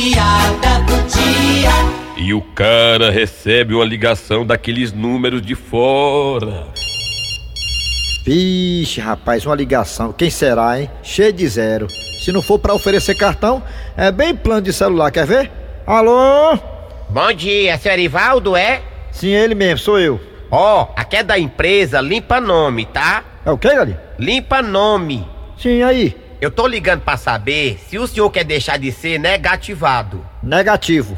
piada do dia. E o cara recebe uma ligação daqueles números de fora. Vixe, rapaz, uma ligação. Quem será, hein? Cheio de zero. Se não for pra oferecer cartão, é bem plano de celular, quer ver? Alô? Bom dia, seu Erivaldo, é? Sim, ele mesmo, sou eu. Ó, aqui é da empresa Limpa Nome, tá? É o quê, Galinho? Limpa Nome. Sim, aí. Eu tô ligando pra saber se o senhor quer deixar de ser negativado. Negativo.